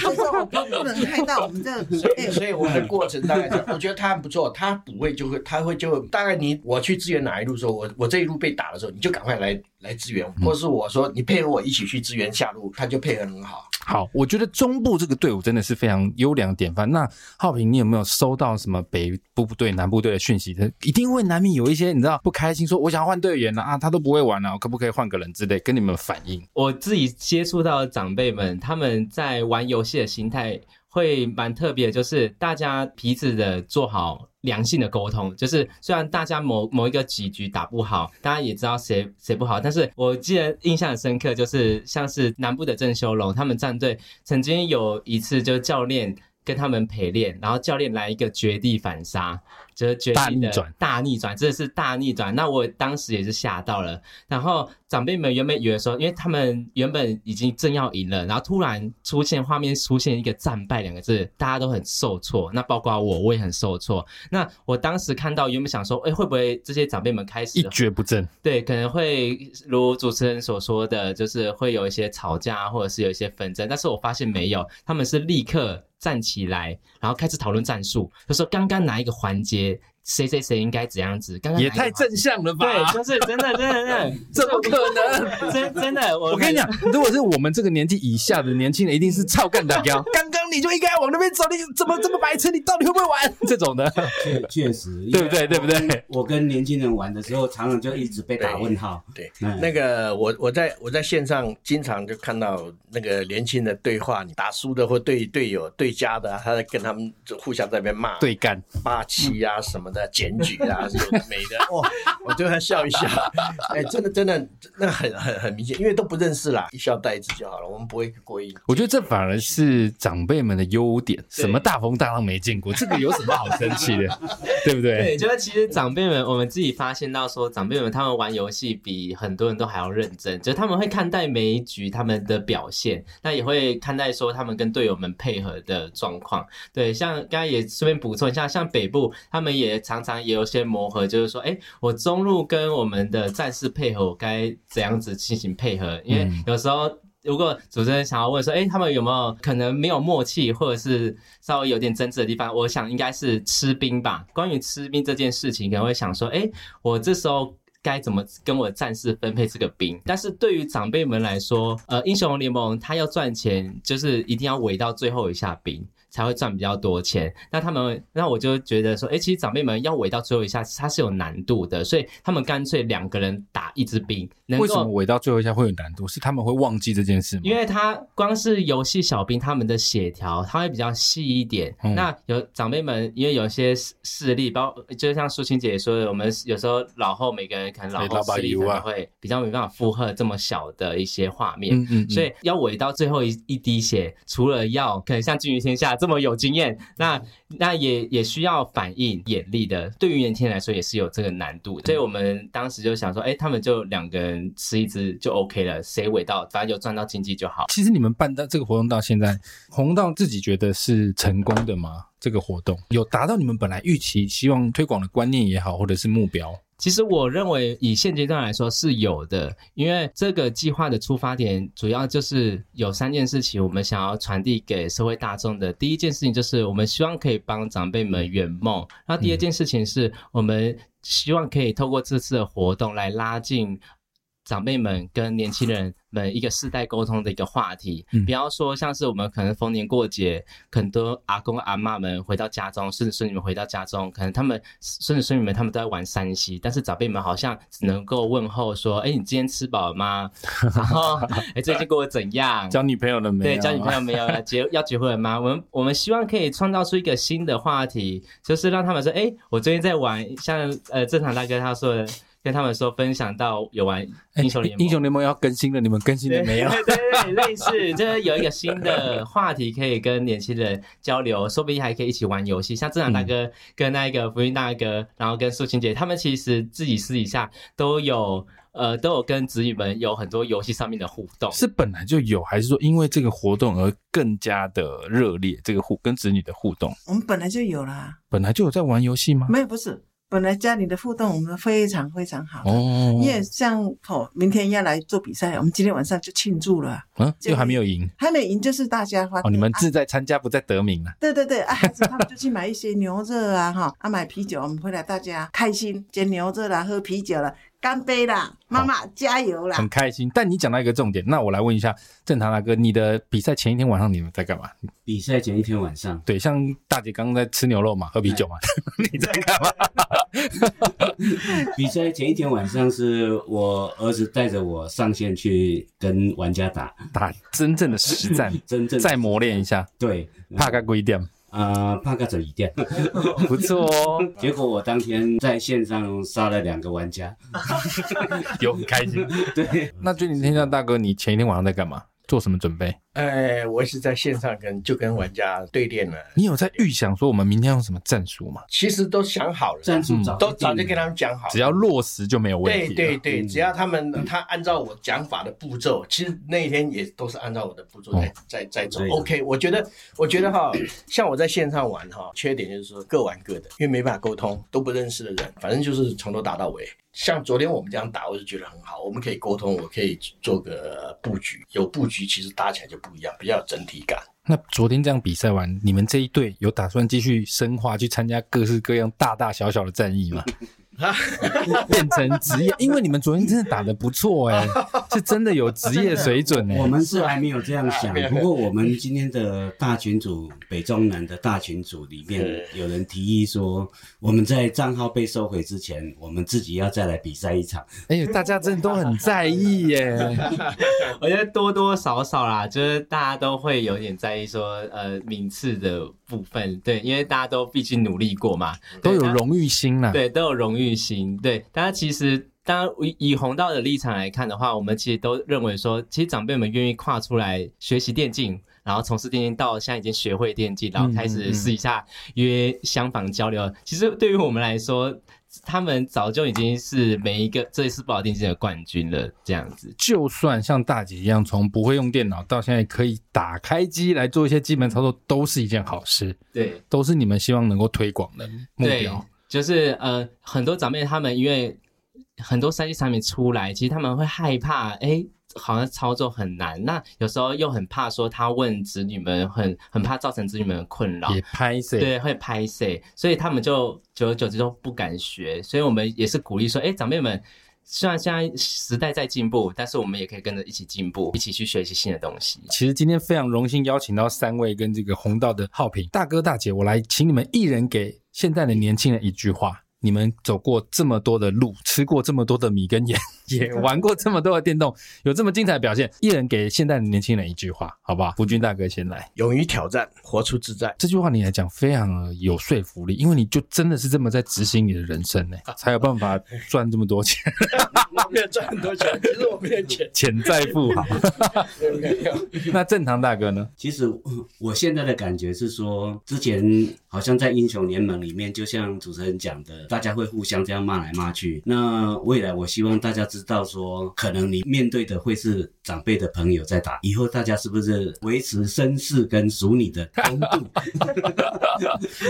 所以说我不不能害到我们这个所以，哎所以我们的过程大概是，我觉得他很不错，他补位就会，他会就大概你我去支援哪一路的时候，我我这一路被打的时候，你就赶快来来支援，或是我说你配合我一起去支援下路，他就配合得很好。好，我觉得中部这个队伍真的是非常优良的典范。那浩平，你有没有收到什么北部部队、南部队的讯息？一定会难免有一些你知道不开心，说我想要换队员了啊他都不会玩了、可不可以换个人之类，跟你们反映。我自己接触到的长辈们，他们在玩游戏的心态会蛮特别的，就是大家彼此的做好良性的沟通。就是虽然大家某某一个几局打不好，大家也知道谁谁不好，但是我记得印象很深刻，就是像是南部的郑修龙他们战队曾经有一次，就是教练。跟他们陪练，然后教练来一个绝地反杀，就是绝大地逆的转大逆转，真的是大逆转。那我当时也是吓到了，然后长辈们原本以为说，因为他们原本已经正要赢了，然后突然出现画面出现一个战败两个字，大家都很受挫。那包括我，我也很受挫。那我当时看到原本想说，哎，会不会这些长辈们开始一蹶不振，对，可能会如主持人所说的，就是会有一些吵架，或者是有一些纷争。但是我发现没有，他们是立刻站起来，然后开始讨论战术，就说刚刚哪一个环节，谁谁谁应该怎样子。刚刚也哪一个太环节正向了吧？哎对，就是真的，真的，真的，怎 么可能？真真的，我我跟你 讲，如果是我们这个年纪以下的年轻人，一定是操干打标。 刚刚你就应该往那边走，你怎么这么白痴？你到底会不会玩？ 这种的，确确实，对不啊对？对不对？我跟年轻人玩的时候，常常就一直被打问号。对，嗯那个我我在我在线上经常就看到那个年轻的对话，你打输的或对队友对家的啊，他在跟他们就互相在那边骂，对干，霸气啊什么的，检举啊嗯有的没 的，哇、我对他笑一笑，哎，真的真的，那很很很明显，因为都不认识啦，一笑带之就好了，我们不会过硬。我觉得这反而是长辈们的优点。对什么大风大浪没见 过，这个有什么好生 气的？对不对？对，就是其实长辈们，我们自己发现到说，长辈们他们玩游戏比很多人都还要认真，就是他们会看待每一局他们的表现，那也会看待说他们跟队友们配合的状况。对，像刚才也顺便补充一下，像北部他们也常常也有些磨合，就是说，哎，我中路跟我们的战士配合，我该怎样子进行配合？因为嗯有时候。如果主持人想要问说，哎、他们有没有可能没有默契，或者是稍微有点争执的地方？我想应该是吃兵吧。关于吃兵这件事情，可能会想说，哎、我这时候该怎么跟我战士分配这个兵？但是对于长辈们来说，呃，英雄联盟它要赚钱，就是一定要围到最后一下兵。才会赚比较多钱。那他们，那我就觉得说，哎、其实长辈们要围到最后一下，它是有难度的，所以他们干脆两个人打一支兵，能为什够么尾到最后一下会有难度？是他们会忘记这件事吗？因为他光是游戏小兵他们的血条，他会比较细一点。嗯那有长辈们，因为有些视视力，包就像舒清姐也说的，我们有时候老后每个人可能对老老后把视力油可啊能会比较没办法负荷这么小的一些画面。嗯嗯，嗯所以要尾到最后一一滴血，除了要可能像金鱼天下这么有经验，那那也也需要反应眼力的，对于年轻人来说也是有这个难嗯度的。所以我们当时就想说，哎、他们就两个人吃一只就 OK 了，谁尾到反正有赚到经济就好。其实你们办到这个活动到现在，红道自己觉得是成功的吗？这个活动有达到你们本来预期、希望推广的观念也好，或者是目标？其实我认为以现阶段来说是有的，因为这个计划的出发点主要就是有三件事情，我们想要传递给社会大众的。第一件事情就是我们希望可以帮长辈们圆梦，然后第二件事情是我们希望可以透过这次的活动来拉近。长辈们跟年轻人们一个世代沟通的一个话题，嗯不要说像是我们可能逢年过节，很多阿公阿嬷们回到家中，孙子孙女们回到家中，可能他们孙子孙女们他们都在玩山西，但是长辈们好像只能够问候说：“哎、你今天吃饱了吗？”然后哎、最近过得 怎样？ 交女朋友了没有？哦啊对，交女朋友没有了？结要结婚了吗？我们我们希望可以创造出一个新的话题，就是让他们说，哎、我最近在玩，像呃正常大哥他说的，跟他们说分享到有玩哎英雄联盟，英雄联盟要更新了，你们更新了没有？对对对，类似就是有一个新的话题可以跟年轻人交流，说不定还可以一起玩游戏。像正常嗯大哥跟那个福运大哥，然后跟素琴姐，他们其实自己私底下都有呃都有跟子女们有很多游戏上面的互动。是本来就有，还是说因为这个活动而更加的热烈？这个互跟子女的互动我们本来就有啦，本来就有在玩游戏吗？没有不是，本来家里的互动我们非常非常好。哦，因为像哦，明天要来做比赛，我们今天晚上就庆祝了。嗯，就又还没有赢还没赢就是大家欢乐、哦，你们啊志在参加，不在得名啊。对对对，啊，孩子他们就去买一些牛肉啊，哈，啊买啤酒，我们回来大家开心，煎牛肉啦，喝啤酒啦，干杯啦，妈妈、加油啊啦！很开心，但你讲到一个重点，那我来问一下正常大哥，你的比赛前一天晚上你们在干嘛？比赛前一天晚上，对，像大姐刚刚在吃牛肉嘛，喝啤酒嘛，你在干嘛？比赛前一天晚上是我儿子带着我上线去跟玩家打， 打真正的实 战，真正再磨练一下，对怕该归点，啊，帕卡走一店。不错哦，结果我当天在线上杀了两个玩家，有很开 心。对，那最近听到大哥，你前一天晚上在干嘛？做什么准备？哎，我是在线上跟就跟玩家对练了，你有在预想说我们明天用什么战术吗？其实都想好了，战术嗯早都早就给跟他们讲好了，只要落实就没有问对题。对，对，嗯只要他们他按照我讲法的步骤，其实那一天也都是按照我的步骤在、哦在在走对。的 OK，我觉得我觉得哈，像我在线上玩哈，缺点就是说各玩各的，因为没办法沟通，都不认识的人，反正就是从头打到尾。像昨天我们这样打，我就觉得很好，我们可以沟通，我可以做个布局，有布局其实打起来就不一样，比较有整体感。那昨天这样比赛完，你们这一队有打算继续深化去参加各式各样大大小小的战役吗？变成职业，因为你们昨天真的打得不错哎、是真的有职业水准哎、我们是还没有这样想啊，不过我们今天的大群组，北中南的大群组里面，有人提议说，我们在账号被收回之前，我们自己要再来比赛一场。哎呦，大家真的都很在意哎耶、我觉得多多少少啦，就是大家都会有点在意说呃名次的部分，对，因为大家都毕竟努力过嘛，都有对荣誉心啊啦。对，都有荣誉心。对，大家其实，当然以以红道的立场来看的话，我们其实都认为说，其实长辈们愿意跨出来学习电竞，然后从事电竞到现在已经学会电竞，然后嗯开嗯始嗯私底下约相访交流。其实对于我们来说，他们早就已经是每一个这一次不老电竞的冠军了，这样子。就算像大姐一样，从不会用电脑到现在可以打开机来做一些基本操作，都是一件好事，对，都是你们希望能够推广的目对，标。就是呃，很多长辈他们因为很多三 C 产品出来，其实他们会害怕，哎。好像操作很难，那有时候又很怕说他问子女们很很怕造成子女们的困扰也，拍摄对，会拍谁，所以他们就久而久之都不敢学。所以我们也是鼓励说，哎，长辈们虽然现在时代在进步，但是我们也可以跟着一起进步，一起去学习新的东西。其实今天非常荣幸邀请到三位跟这个红道的浩平大哥大姐，我来请你们一人给现在的年轻人一句话。你们走过这么多的路，吃过这么多的米跟盐，也 玩过这么多的电动，有这么精彩的表现，一人给现在的年轻人一句话，好不好？福军大哥先来，勇于挑战，活出自在。这句话你来讲非常呃有说服力，因为你就真的是这么在执行你的人生呢、啊才有办法赚这么多钱，。我没有赚很多钱，其实我没有钱潜在富 豪。没有那正堂大哥呢？其实嗯我现在的感觉是说，之前好像在英雄联盟里面，就像主持人讲的，大家会互相这样骂来骂去。那未来我希望大家知道说，可能你面对的会是长辈的朋友在打，以后大家是不是维持绅士跟淑女 的风度？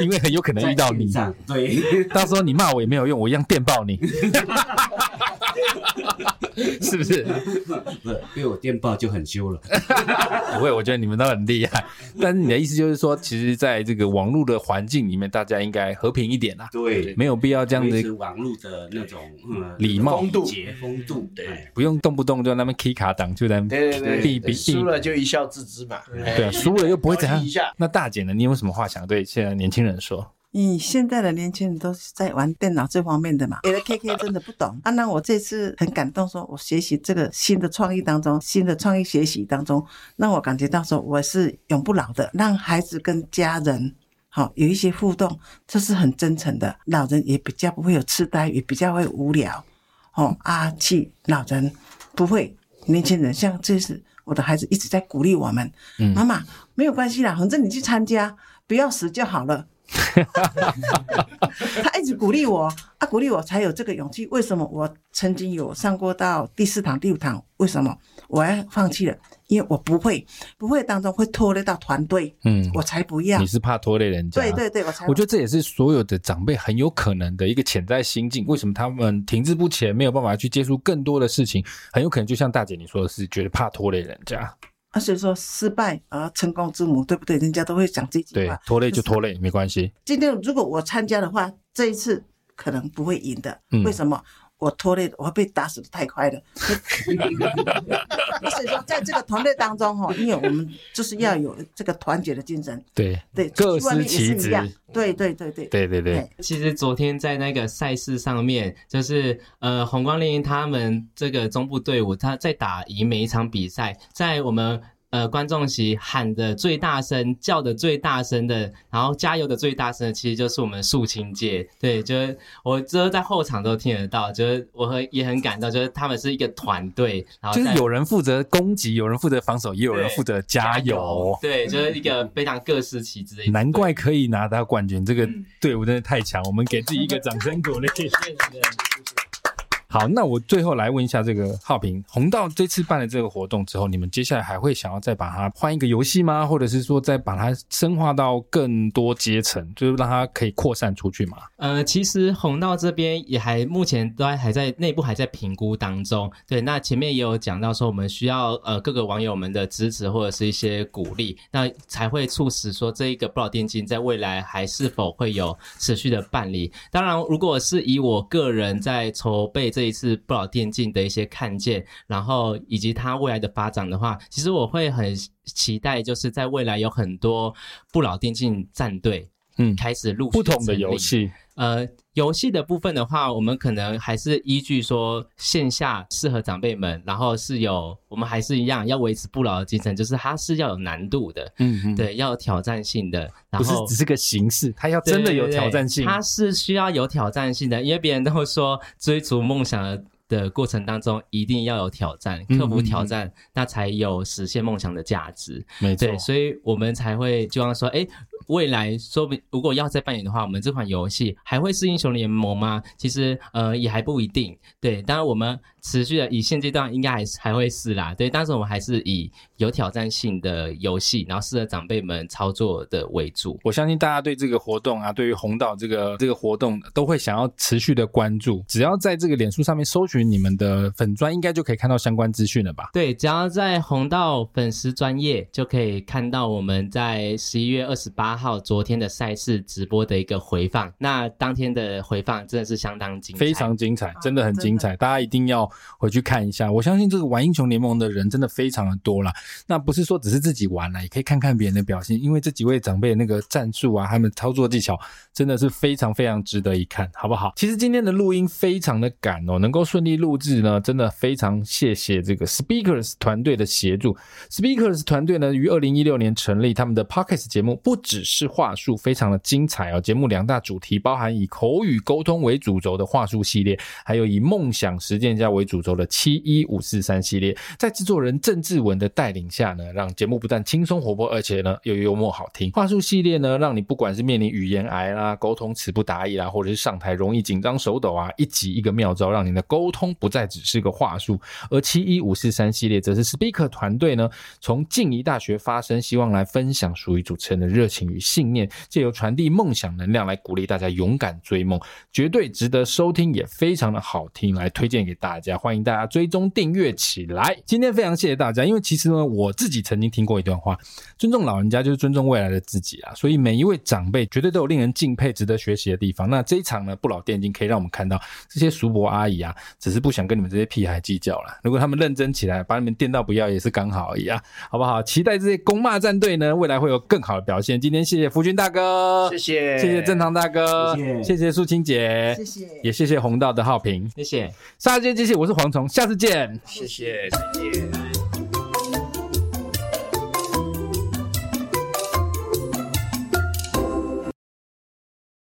因为很有可能遇到你，在线上 对，到时候你骂我也没有用，我一样电爆 你，是不是？不是被我电爆就很羞 了。不会，我觉得你们都很厉害。但是你的意思就是说，其实在这个网络的环境里面，大家应该和平一点啦，对，没有必要这这样维持子，网络的那种嗯礼貌风度、节风度，哎对。不用动不动就在那边 K 卡档，就在那边对对避对避对，避输。了就一笑置之嘛。对啊，输了又不会怎哎调样戏一下。那大姐呢？你有什么话想对现在年轻人说？你现在的年轻人都是在玩电脑这方面的嘛？有的 KK 真的不懂 啊。那我这次很感动，说我学习这个新的创意当中，新的创意学习当中，让我感觉到说我是永不老的，让孩子跟家人。好、有一些互动，这是很真诚的。老人也比较不会有痴呆，也比较会无聊。哦啊，气老人不会，年轻人像这次我的孩子一直在鼓励我们，嗯妈妈没有关系啦，反正你去参加，不要死就好了。 他一直鼓励我啊，鼓励我才有这个勇气。为什么我曾经有上过到第四堂、第五堂？为什么我要放弃了？因为我不会，不会当中会拖累到团队，嗯，我才不要你。是怕拖累人家？对对对，我才我觉得这也是所有的长辈很有可能的一个潜在心境。为什么他们停滞不前，没有办法去接触更多的事情？很有可能就像大姐你说的是，觉得怕拖累人家。啊，所以说失败而成功之母，对不对？人家都会讲这句对话。， 拖累就拖累，没关系。今天如果我参加的话，这一次可能不会赢的。嗯为什么？我拖累，我被打死的太快了。 所以说，在这个团队当中哈，因为我们就是要有这个团结的精神，对，对，各出去外面司其也是一样职。对对对对对对对，其实昨天在那个赛事上面，就是呃，红光猎鹰他们这个中部队伍，他在打赢每一场比赛，在我们呃观众席喊的最大声、叫的最大声的，然后加油的最大声的，其实就是我们肃清界。对，就是我这在后场都听得到，就是我很也很感动，就是他们是一个团队，然后就是在有人负责攻击，有人负责防守，也有人负责加油。对，就是一个非常各司其职的一支队伍。难怪可以拿到冠军，这个队伍真的太强，我们给自己一个掌声鼓励。确实好，那我最后来问一下这个浩平，红道这次办了这个活动之后，你们接下来还会想要再把它换一个游戏吗？或者是说再把它深化到更多阶层，就是让它可以扩散出去嘛？呃，其实红道这边也还目前都还还在内部还在评估当中。对，那前面也有讲到说，我们需要呃各个网友们的支持或者是一些鼓励，那才会促使说这一个不老电竞在未来还是否会有持续的办理。当然，如果是以我个人在筹备这一次不老电竞的一些看见，然后以及它未来的发展的话，其实我会很期待，就是在未来有很多不老电竞战队。嗯开始陆续不同的成游立戏，呃，游戏的部分的话，我们可能还是依据说线下适合长辈们，然后是有我们还是一样要维持不老的精神，就是它是要有难度的，嗯嗯，，对，要有挑战性的，然不是后只是个形式，它要真的有挑战性。对对对它是需要有挑战性的，因为别人都会说追逐梦想的。的过程当中，一定要有挑战，嗯克服嗯挑嗯战，那才有实现梦想的价值。没错对，，所以我们才会希望说，哎，未来说不定如果要再扮演的话，我们这款游戏还会是英雄联盟吗？其实呃也还不一定。对，当然我们持续的以现阶段应该还是还会是啦，对，但是我们还是以有挑战性的游戏，然后适合长辈们操作的为主。我相信大家对这个活动啊，对于红岛这个这个活动都会想要持续的关注。只要在这个脸书上面搜寻你们的粉砖，应该就可以看到相关资讯了吧？对，只要在红到粉丝专业，就可以看到我们在十一月二十八号昨天的赛事直播的一个回放。那当天的回放真的是相当精彩，非常精彩，哦真的很精彩，大家一定要回去看一下。我相信这个玩英雄联盟的人真的非常的多啦。那不是说只是自己玩啦，也可以看看别人的表现，因为这几位长辈的那个战术啊，他们操作技巧真的是非常非常值得一看，好不好？其实今天的录音非常的赶哦，能够顺利录制呢，真的非常谢谢这个 Speakers 团队的协助。Speakers 团队呢，于二零一六年成立，他们的 Podcast 节目不只是话术，非常的精彩哦。节目两大主题包含以口语沟通为主轴的话术系列，还有以梦想实践家为主轴的七一五四三系列。在制作人郑志文的带领下呢，让节目不但轻松活泼，而且呢又幽默好听。话术系列呢，让你不管是面临语言癌啦、沟通词不达意啦，或者是上台容易紧张手抖啊，一集一个妙招，让你的沟通不再只是个话术。而七一五四三系列则是 Speaker 团队呢，从静宜大学发声，希望来分享属于主持人的热情与信念，借由传递梦想能量来鼓励大家勇敢追梦，绝对值得收听，也非常的好听，来推荐给大家，欢迎大家追踪订阅起来。今天非常谢谢大家，因为其实呢，我自己曾经听过一段话，尊重老人家就是尊重未来的自己啊，所以每一位长辈绝对都有令人敬佩、值得学习的地方。那这一场呢，不老电竞可以让我们看到这些叔伯阿姨啊，只是不想跟你们这些屁孩计较了。如果他们认真起来，把你们电到不要也是刚好而已啊，好不好？期待这些公骂战队呢，未来会有更好的表现。今天谢谢福军大哥，谢谢，谢谢正堂大哥，谢谢谢谢素清姐，谢谢也谢谢红道的浩平。谢谢。杀时间机器，我是蝗虫，下次见。谢谢，再见。